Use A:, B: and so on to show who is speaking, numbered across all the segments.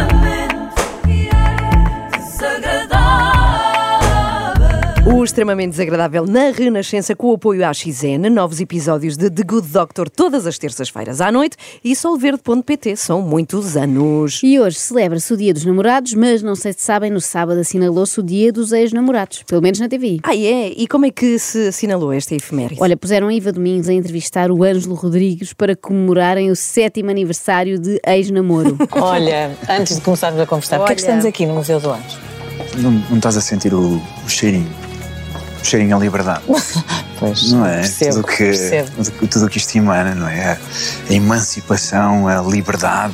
A: Extremamente desagradável.
B: O extremamente desagradável na Renascença com o apoio à XN, novos episódios de The Good Doctor todas as terças-feiras à noite e solverde.pt são muitos anos.
C: E hoje celebra-se o Dia dos Namorados, mas não sei se sabem, no sábado assinalou-se o Dia dos Ex-Namorados, pelo menos na TV.
B: Ah, é? E como é que se assinalou esta efeméride?
C: Olha, puseram a Iva Domingos a entrevistar o Ângelo Rodrigues para comemorarem o sétimo aniversário de ex-namoro.
D: Olha, antes de começarmos a conversar, porquê é que
B: Olha.
D: estamos aqui no Museu do Anjo?
E: Não, não estás a sentir o, o cheirinho. O cheirinho à liberdade.
D: Pois,
E: Não é?
D: percebo,
E: tudo, o que,
D: percebo.
E: tudo- tudo o que isto emana, não é? A, a emancipação, a liberdade,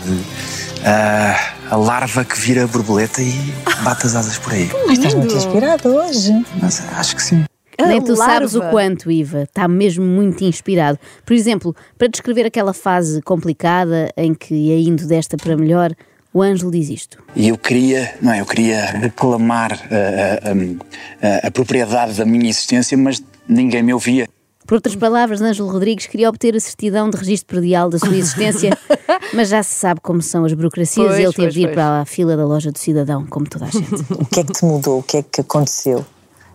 E: a, a larva que vira a borboleta e bate as asas por aí.
D: Mas estás muito inspirada hoje.
E: Mas acho que sim.
C: Nem tu sabes o
B: larva.
C: quanto, Iva. Está mesmo muito inspirado. Por exemplo, para descrever aquela fase complicada em que, ia indo desta para melhor, o Ângelo diz isto.
F: E eu queria, não é, eu queria reclamar a, a, a, propriedade da minha existência, mas ninguém me ouvia.
C: Por outras palavras, Ângelo Rodrigues queria obter a certidão de registro predial da sua existência, mas já se sabe como são as burocracias
B: Pois,
C: e ele teve
B: pois,
C: de ir
B: pois.
C: para a fila da loja do cidadão, como toda a gente.
D: O que é que te mudou? O que é que aconteceu?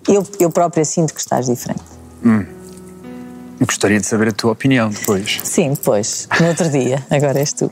D: Eu, eu própria sinto que estás diferente.
E: Eu gostaria de saber a tua opinião depois.
D: Sim, pois. No outro dia, agora és tu.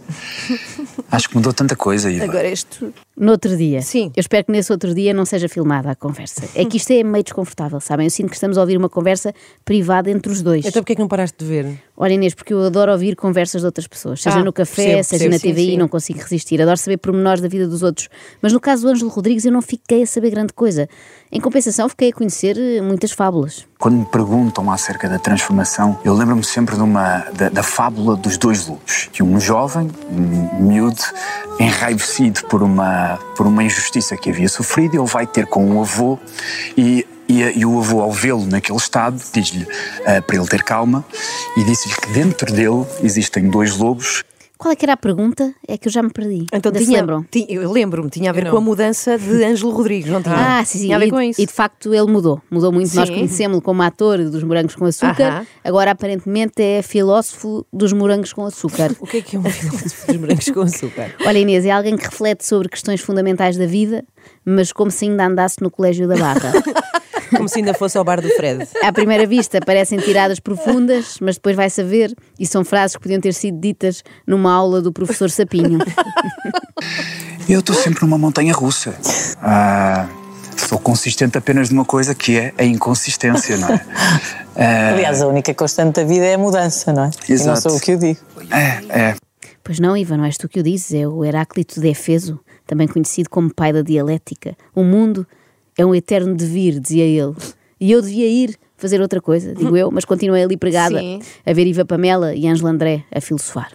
E: Acho que mudou tanta coisa, Iva.
B: Agora és tu.
C: No outro dia.
B: Sim.
C: Eu espero que nesse outro dia não seja filmada a conversa. É que isto é meio desconfortável, sabem? Eu sinto que estamos a ouvir uma conversa privada entre os dois.
G: Então porquê é que não paraste de ver?
C: Olha, Inês, porque eu adoro ouvir conversas de outras pessoas, seja
G: Ah,
C: no café,
G: percebo,
C: seja
G: percebo,
C: na
G: sim,
C: TVI,
G: sim.
C: não consigo resistir. Adoro saber pormenores da vida dos outros. Mas no caso do Ângelo Rodrigues, eu não fiquei a saber grande coisa. Em compensação, fiquei a conhecer eh, muitas fábulas.
E: Quando me perguntam acerca da transformação, eu lembro-me sempre de uma, da, da fábula dos dois lobos. Que um jovem, um miúdo, enraivecido por uma, por uma injustiça que havia sofrido, ele vai ter com o avô e, e, e o avô, ao vê-lo naquele estado, diz-lhe ah, para ele ter calma e disse-lhe que dentro dele existem dois lobos
C: Qual é que era a pergunta? É que eu já me perdi.
B: Então
C: Ainda se
B: tinha,
C: lembram?
B: ti- eu lembro-me, tinha a ver
G: Eu
B: com a
G: não.
B: mudança de Ângelo Rodrigues, não tinha?
C: Ah, sim, sim.
B: Tinha a ver
C: e,
B: com isso.
C: e de facto ele mudou. Mudou muito. Nós
B: Sim.
C: conhecemos-lo como ator dos morangos com açúcar.
B: Ahá.
C: Agora, aparentemente, é filósofo dos morangos com açúcar.
G: O que é que é um filósofo dos morangos com açúcar?
C: Olha, Inês, é alguém que reflete sobre questões fundamentais da vida, mas como se ainda andasse no Colégio da Barra.
G: Como se ainda fosse ao bar do Fred.
C: À primeira vista, parecem tiradas profundas, mas depois vai saber, e são frases que podiam ter sido ditas numa aula do professor Sapinho.
E: Eu estou sempre numa montanha russa. Ah, sou consistente apenas numa coisa que é a inconsistência, não é? Ah,
D: Aliás, a única constante da vida é a mudança, não é? E não
E: Exato.
D: sou o que eu digo.
E: é, é.
C: Pois não, Iva, não és tu que o dizes, é o Heráclito de Éfeso, também conhecido como pai da dialética. O mundo é um eterno devir, dizia ele. E eu devia ir fazer outra coisa, digo eu, mas continuei ali pregada
B: Sim.
C: a ver Iva Pamela e Ângela André a filosofar.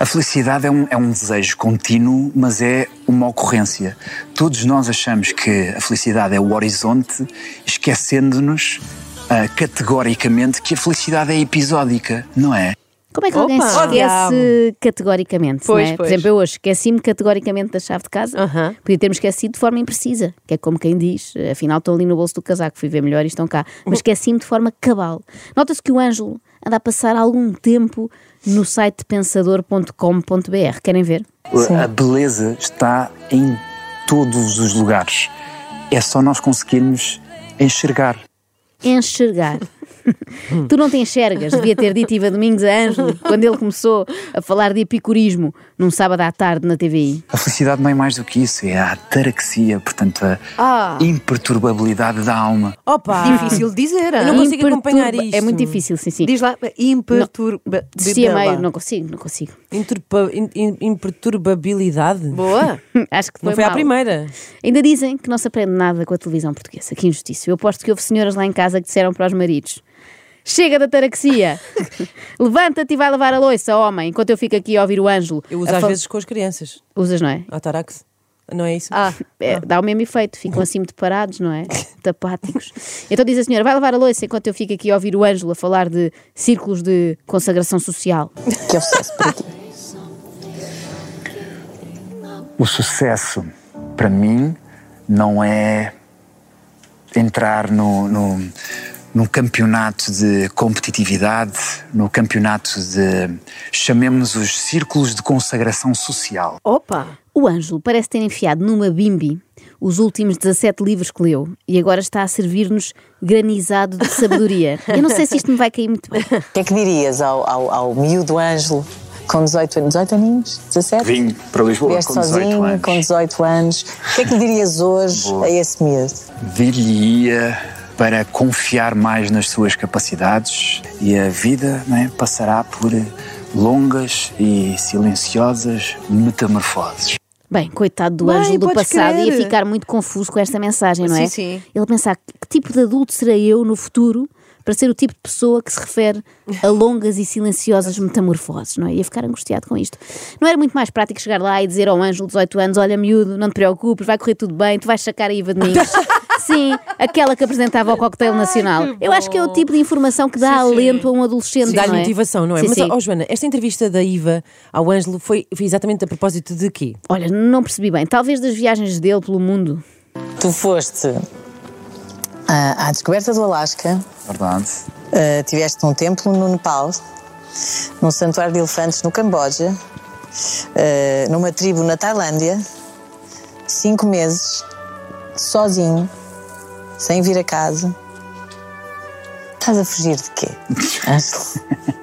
E: A felicidade é um, é um desejo contínuo, mas é uma ocorrência. Todos nós achamos que a felicidade é o horizonte, esquecendo-nos ah, categoricamente que a felicidade é episódica, não é?
C: Como é que alguém
B: Opa!
C: se esquece categoricamente?
B: Pois,
C: não
B: pois.
C: é? Por exemplo, eu hoje esqueci-me categoricamente da chave de casa.
B: Aham.
C: Podia ter-me esquecido de forma imprecisa, que é como quem diz, afinal estão ali no bolso do casaco, fui ver melhor e estão cá.
G: Uhum.
C: Mas esqueci-me de forma cabal. Nota-se que o Ângelo anda a passar algum tempo no site pensador.com.br. Querem ver?
E: A beleza está em todos os lugares. É só nós conseguirmos enxergar.
C: Enxergar. tu não te enxergas, devia ter dito Iva Domingos a Ângelo quando ele começou a falar de epicurismo num sábado à tarde na TVI.
E: A felicidade não é mais do que isso, é a ataraxia, portanto, a
B: Ah.
E: imperturbabilidade da alma.
G: Opa!
B: Difícil de dizer.
G: Eu
B: ah.
G: não consigo
C: Imperturba-
G: acompanhar isto.
C: É muito difícil, sim, sim.
B: Diz lá, imperturba.
C: Desistia é meio, não consigo, não consigo.
G: Interpa- in- in- Imperturbabilidade.
B: Boa.
C: Acho que foi,
G: Não foi à
C: mal.
G: primeira.
C: Ainda dizem que não se aprende nada com a televisão portuguesa. Que injustiça. Eu aposto que houve senhoras lá em casa que disseram para os maridos: Chega da taraxia! Levanta-te e vai lavar a louça, homem, enquanto eu fico aqui a ouvir o Ângelo.
G: Eu uso
C: a
G: às
C: fal-
G: vezes com as crianças.
C: Usas, não é?
G: Ao Tarax. não é isso?
B: Ah,
C: É, dá o mesmo efeito, ficam assim muito parados, não é? Tapáticos. Então diz a senhora: vai lavar a louça enquanto eu fico aqui a ouvir o Ângelo a falar de círculos de consagração social.
D: Que é o sucesso para ti.
E: O sucesso, para mim, não é entrar no, no, num campeonato de competitividade, no campeonato de, chamemos os círculos de consagração social.
B: opa!
C: O Ângelo parece ter enfiado numa bimbi os últimos 17 livros que leu e agora está a servir-nos granizado de sabedoria. Eu não sei se isto me vai cair muito bem.
D: O que é que dirias ao, ao, ao miúdo Ângelo com 18 anos? 18 aninhos? 17?
E: Vim para Lisboa
D: Vieste
E: com 18
D: sozinho,
E: anos.
D: com 18 anos. O que é que lhe dirias hoje
E: Boa.
D: a esse miúdo?
E: Dir-lhe-ia para confiar mais nas suas capacidades e a vida não é, passará por longas e silenciosas metamorfoses.
C: Bem, coitado do
B: Bem,
C: Ângelo do
B: podes
C: passado,
B: crer.
C: ia ficar muito confuso com esta mensagem, não é?
B: Sim, sim.
C: Ele a pensar que tipo de adulto serei eu no futuro para ser o tipo de pessoa que se refere a longas e silenciosas metamorfoses, não é? Ia ficar angustiado com isto. Não era muito mais prático chegar lá e dizer ao Ângelo, 18 anos, olha miúdo, não te preocupes, vai correr tudo bem, tu vais sacar a Iva Domingos. Sim, aquela que apresentava ao Cocktail Nacional. eu acho que é o tipo de informação que dá alento a um adolescente,
G: Dá-lhe
C: não é?
G: motivação, não é?
C: Sim,
G: Mas,
C: sim.
G: ó Joana, esta entrevista da Iva ao Ângelo foi, foi exatamente a propósito de quê?
C: Olha, não percebi bem. Talvez das viagens dele pelo mundo.
D: Tu foste ah, à descoberta do Alasca,
E: Verdade.
D: ah, tiveste num templo no Nepal, num santuário de elefantes no Camboja, ah, numa tribo na Tailândia, cinco meses, sozinho, sem vir a casa. Estás a fugir de quê? Ângelo?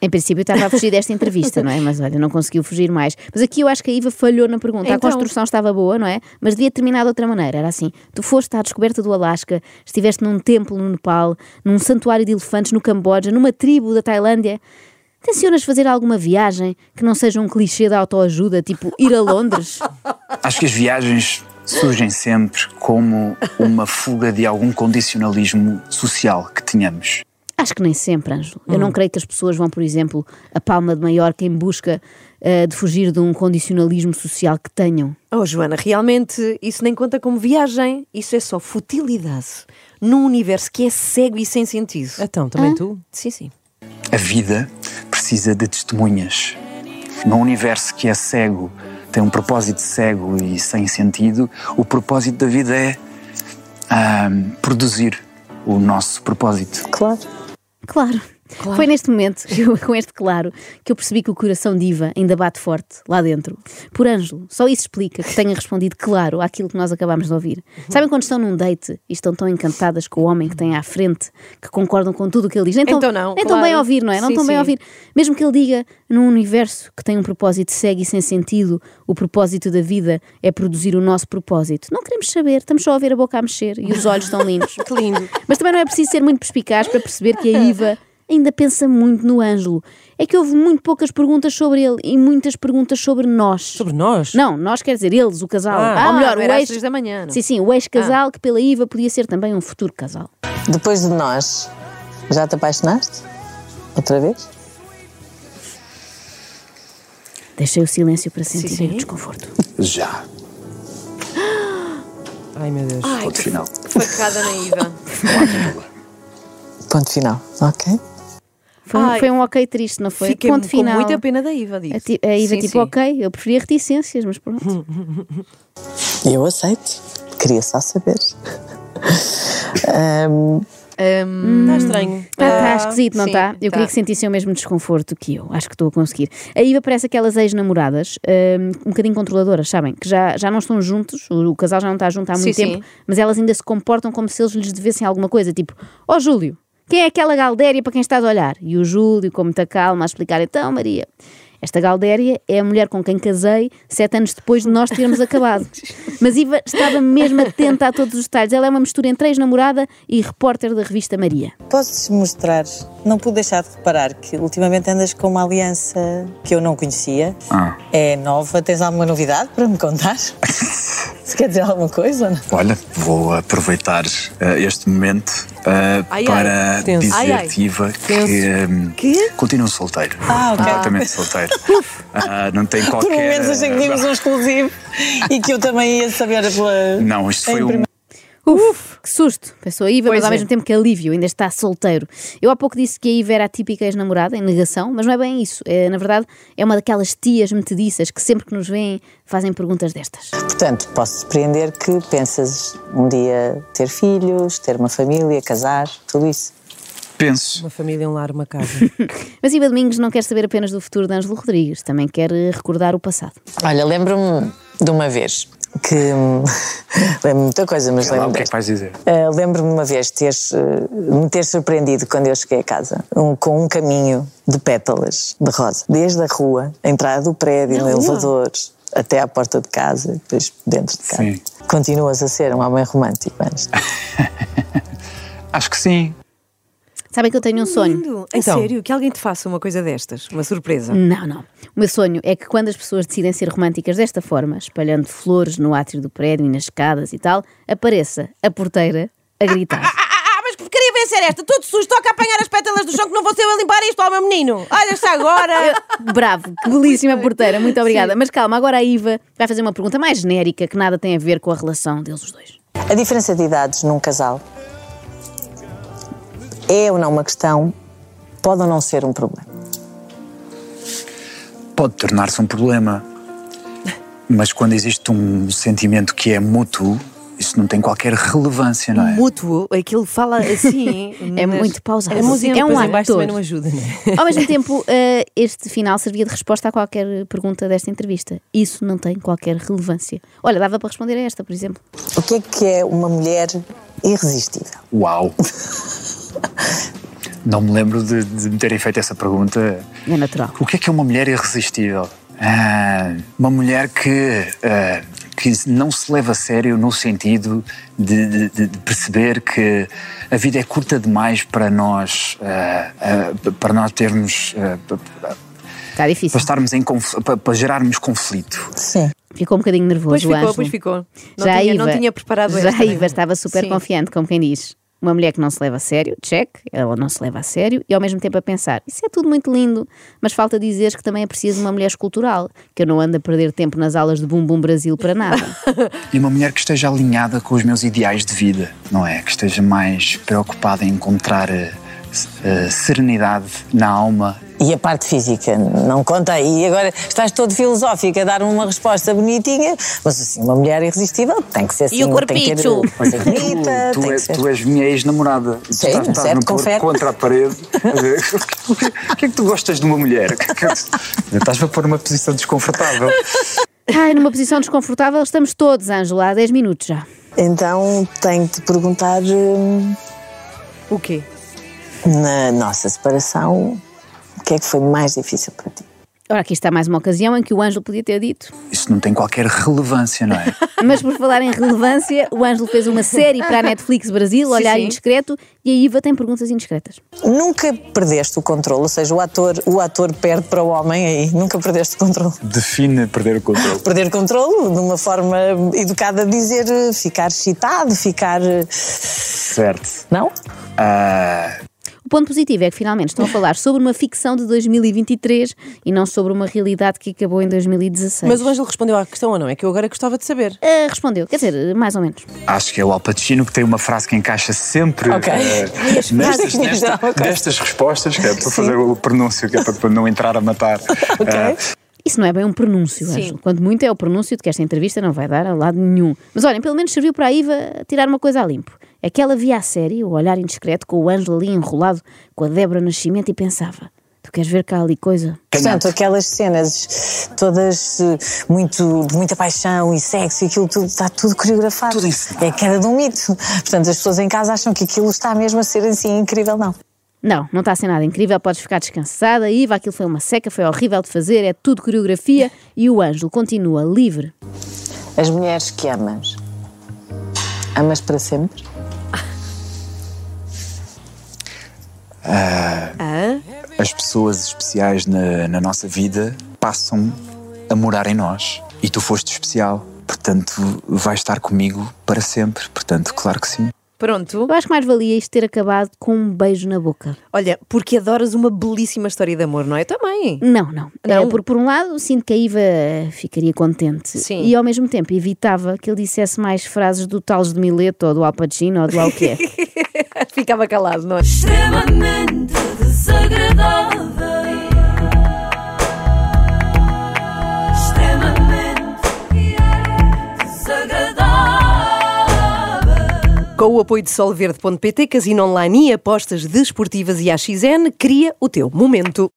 C: Em princípio eu estava a fugir desta entrevista, não é? Mas olha, não conseguiu fugir mais. Mas aqui eu acho que a Iva falhou na pergunta. A
B: Então.
C: construção estava boa, não é? Mas devia terminar de outra maneira. Era assim: tu foste à descoberta do Alasca, estiveste num templo no Nepal, num santuário de elefantes no Camboja, numa tribo da Tailândia. Tencionas fazer alguma viagem que não seja um clichê da autoajuda, tipo ir a Londres?
E: Acho que as viagens surgem sempre como uma fuga de algum condicionalismo social que tínhamos.
C: Acho que nem sempre, Ângelo. Eu não creio que as pessoas vão, por exemplo, a Palma de Maiorca em busca eh, de fugir de um condicionalismo social que tenham.
B: Oh, Joana, realmente isso nem conta como viagem, isso é só futilidade num universo que é cego e sem sentido.
C: Ah,
G: Então, também tu?
B: Sim, sim.
E: A vida precisa de testemunhas. Num universo que é cego, tem um propósito cego e sem sentido, o propósito da vida é ah, produzir o nosso propósito.
D: Claro.
C: Claro. Foi neste momento, eu- com este claro, que eu percebi que o coração diva ainda bate forte lá dentro. Por Ângelo, só isso explica que tenha respondido claro àquilo que nós acabámos de ouvir.
B: Uhum.
C: Sabem quando estão num date e estão tão encantadas com o homem que têm à frente, que concordam com tudo o que ele diz? Nem tão,
B: Então não,
C: nem tão
B: claro.
C: bem a ouvir, não é? Não
B: Sim,
C: tão bem a
B: sim.
C: ouvir. Mesmo que ele diga num universo que tem um propósito cego e sem sentido, o propósito da vida é produzir o nosso propósito. Não queremos saber, estamos só a ver a boca a mexer e os olhos estão lindos.
G: Que lindo.
C: Mas também não é preciso ser muito perspicaz para perceber que a Iva ainda pensa muito no Ângelo. É que houve muito poucas perguntas sobre ele e muitas perguntas sobre nós.
G: Sobre nós?
C: Não, nós quer dizer eles, o casal.
G: Ah.
C: Ou melhor,
B: Ah,
C: o
B: era às
C: ex.
B: três da manhã, não? Ah.
C: Sim, sim, o ex-casal que pela Iva podia ser também um futuro casal.
D: Depois de nós, já te apaixonaste? Outra vez?
C: Deixei o silêncio para sentir
B: sim.
C: o desconforto.
E: Já.
G: Ai, meu Deus.
E: Ponto final.
B: Facada na Iva.
D: Ponto final. Ok.
C: Foi, um-
B: Ai.
C: foi um ok triste, não foi?
B: Fiquei
C: Ponto final.
B: com muita pena da Iva, digo.
C: A, ti- a Iva,
B: Sim,
C: tipo,
B: sim.
C: ok, eu preferia reticências, mas pronto.
D: Eu aceito. Queria só saber. Ahm,
G: Está estranho.
C: Está
G: Ah.
C: Tá, esquisito, não
B: sim,
C: está? Eu
B: tá.
C: queria que sentissem o mesmo desconforto que eu. Acho que estou a conseguir. A Iva parece aquelas ex-namoradas, hum, um bocadinho controladoras, sabem? Que já, já não estão juntos, o, o casal já não está junto há
B: Sim,
C: muito tempo,
B: sim.
C: mas elas ainda se comportam como se eles lhes devessem alguma coisa. Tipo, ó Júlio, quem é aquela Galdéria para quem estás a olhar? E o Júlio, com muita calma, a explicar: então, Maria. Esta Galdéria é a mulher com quem casei sete anos depois de nós termos acabado. Mas Iva estava mesmo atenta a todos os detalhes. Ela é uma mistura entre ex-namorada e repórter da revista Maria.
D: Posso-te mostrar? Não pude deixar de reparar que ultimamente andas com uma aliança que eu não conhecia.
E: Ah.
D: É nova. Tens alguma novidade para me contar? Se quer dizer alguma coisa ou não?
E: Olha, vou aproveitar eh, este momento eh,
G: Ai, ai,
E: para
G: tenso.
B: Ai, ai.
E: dizer-te, Iva, que, eh,
B: Que?
E: continuo solteiro.
D: Ah, ok.
E: Completamente solteiro. Ah, não tem qualquer.
D: Por momentos achei que tínhamos um exclusivo e que eu também ia saber pela.
E: Não, isto foi
D: em
E: um.
C: Uf, que susto! Pensou a Iva,
B: Pois
C: mas ao
B: é.
C: mesmo tempo que alívio, ainda está solteiro. Eu há pouco disse que a Iva era a típica ex-namorada, em negação, mas não é bem isso. É, na verdade, é uma daquelas tias metediças que sempre que nos veem fazem perguntas destas.
D: Portanto, posso surpreender que pensas um dia ter filhos, ter uma família, casar, tudo isso.
E: Penso.
G: Uma família, um lar, uma casa.
C: Mas Iva Domingos não quer saber apenas do futuro de Ângelo Rodrigues, também quer eh, recordar o passado.
D: Olha, lembro-me de uma vez que. hum, lembro-me de muita coisa, mas
E: Sei lá,
D: lembro-me
E: o
D: desta.
E: que é que vais dizer?
D: Ah, lembro-me uma vez ter, eh, me ter surpreendido quando eu cheguei a casa um- com um caminho de pétalas de rosa, desde a rua, a entrada do prédio, no elevador, até à porta de casa, depois dentro de casa.
E: Sim.
D: Continuas a ser um homem romântico, Ângelo.
E: Acho que sim.
C: Sabem que eu tenho um sonho.
B: Lindo. A
G: Então.
B: sério, que alguém te faça uma coisa destas, uma surpresa.
C: Não, não. O meu sonho é que quando as pessoas decidem ser românticas desta forma, espalhando flores no átrio do prédio e nas escadas e tal, apareça a porteira a gritar.
G: Ah, mas que porcaria vai ser esta? Todo sujo, toca a apanhar as pétalas do chão que não vou ser eu a limpar isto, ó meu menino. Olha-se agora.
C: Ah, Bravo, que belíssima porteira, muito obrigada. Mas calma, agora a Iva vai fazer uma pergunta mais genérica que nada tem a ver com a relação deles os dois.
D: A diferença de idades num casal é ou não uma questão, pode ou não ser um problema.
E: Pode tornar-se um problema. Mas quando existe um sentimento que é mútuo, isso não tem qualquer relevância, não é?
B: Mútuo, aquilo fala assim.
C: É
B: nas-
C: muito pausado.
B: É
C: música,
B: muito
C: é um
G: Depois
C: ato
G: em baixo
C: todo.
G: também não ajuda,
B: é?
G: né?
C: Ao mesmo tempo, eh, este final servia de resposta a qualquer pergunta desta entrevista. Isso não tem qualquer relevância. Olha, dava para responder a esta, por exemplo.
D: O que é que é uma mulher irresistível?
E: Uau! Não me lembro de, de me terem feito essa pergunta.
C: É natural.
E: O que é que é uma mulher irresistível? Ah, uma mulher que, ah, que não se leva a sério no sentido de, de- de- de perceber que a vida é curta demais para nós, ah, ah, para nós termos. ah, pa- pa-
C: Está difícil.
E: para estarmos em conf- pa- para gerarmos conflito.
D: Sim.
C: Ficou um bocadinho nervoso,
B: Pois ficou,
C: Ângelo.
B: pois ficou. Não,
C: já
B: tinha,
C: a Iva,
B: não tinha preparado
C: já
B: esta,
C: a
B: não é?
C: Iva estava super
B: Sim.
C: confiante, como quem diz. Uma mulher que não se leva a sério, check, ela não se leva a sério, e ao mesmo tempo a pensar, isso é tudo muito lindo, mas falta dizeres que também é preciso uma mulher escultural, que eu não ando a perder tempo nas aulas de Bumbum Brasil para nada.
E: E uma mulher que esteja alinhada com os meus ideais de vida, não é? Que esteja mais preocupada em encontrar ah, s- ah, serenidade na alma
D: E a parte física, não conta aí. Agora estás todo filosófico a dar uma resposta bonitinha, mas assim, uma mulher irresistível tem que ser assim.
G: E o
D: Tem que ter
G: corpicho?
D: uma coisa bonita,
E: tu,
D: tem que
E: és,
D: ser.
E: tu és minha ex-namorada. Tu
D: Sim,
E: estás, estás
D: certo,
E: no corpo
D: confere.
E: contra a parede. O que, o que é que tu gostas de uma mulher? O que é que- Estás-me a pôr numa posição desconfortável.
C: Ai, numa posição desconfortável estamos todos, Ângela, há 10 minutos já.
D: Então tenho de te perguntar hum,
B: O quê?
D: na nossa separação o que é que foi mais difícil para ti?
C: Ora, aqui está mais uma ocasião em que o Ângelo podia ter dito,
E: Isso não tem qualquer relevância, não é?
C: Mas por falar em relevância, o Ângelo fez uma série para a Netflix Brasil, Olhar
B: sim.
C: Indiscreto, e a Iva tem perguntas indiscretas.
D: Nunca perdeste o controle, ou seja, o ator, o ator perde para o homem aí, nunca perdeste o controle.
E: Define perder o controle.
D: Perder controle, de uma forma educada de dizer, eh, ficar excitado, ficar. eh,
E: Certo. Ah,
D: Não?
C: O ponto positivo é que finalmente estão a falar sobre uma ficção de 2023 e não sobre uma realidade que acabou em 2016.
G: Mas o Ângelo respondeu à questão ou não? É que eu agora gostava de saber.
C: Ah, respondeu, quer dizer, mais ou menos.
E: Acho que é o Al Pacino que tem uma frase que encaixa sempre
D: Ok.
E: eh,
D: frases
E: nestas,
D: que me
E: nesta-
D: dão uma coisa.
E: nestas respostas, que é para
D: Sim.
E: fazer o pronúncio, que é para, para não entrar a matar. Eh,
C: Isso não é bem um pronúncio, Ângelo. Quanto muito é o pronúncio de que esta entrevista não vai dar a lado nenhum. Mas olhem, pelo menos serviu para a Iva tirar uma coisa a limpo. É que ela via a série, o olhar indiscreto, com o Ângelo ali enrolado com a Débora Nascimento e pensava: tu queres ver cá ali coisa?
D: Portanto, aquelas cenas todas eh, muito, de muita paixão e sexo e aquilo tudo, está tudo coreografado.
E: Tudo encenado.
D: é queda de um mito. Portanto, as pessoas em casa acham que aquilo está mesmo a ser assim incrível, não.
C: Não, não está a ser nada incrível, podes ficar descansada. Iva, aquilo foi uma seca, foi horrível de fazer, é tudo coreografia e o Ângelo continua livre.
D: As mulheres que amas, amas para sempre?
E: as pessoas especiais na, na nossa vida passam a morar em nós. E tu foste especial. Portanto, vai estar comigo para sempre. Portanto, claro que sim.
B: Pronto.
C: Eu acho que mais valia isto ter acabado com um beijo na boca.
B: Olha, porque adoras uma belíssima história de amor, não é? Eu também.
C: Não, não.
B: Não?
C: É, por, por um lado, sinto que a Iva eh, ficaria contente.
B: Sim.
C: E ao mesmo tempo evitava que ele dissesse mais frases do Tales de Mileto ou do Al Pacino ou do lá o que é.
B: Ficava calado, não é?
A: extremamente desagradável. Extremamente desagradável.
B: Com o apoio de solverde.pt, casino online e apostas desportivas e AXN, cria o teu momento.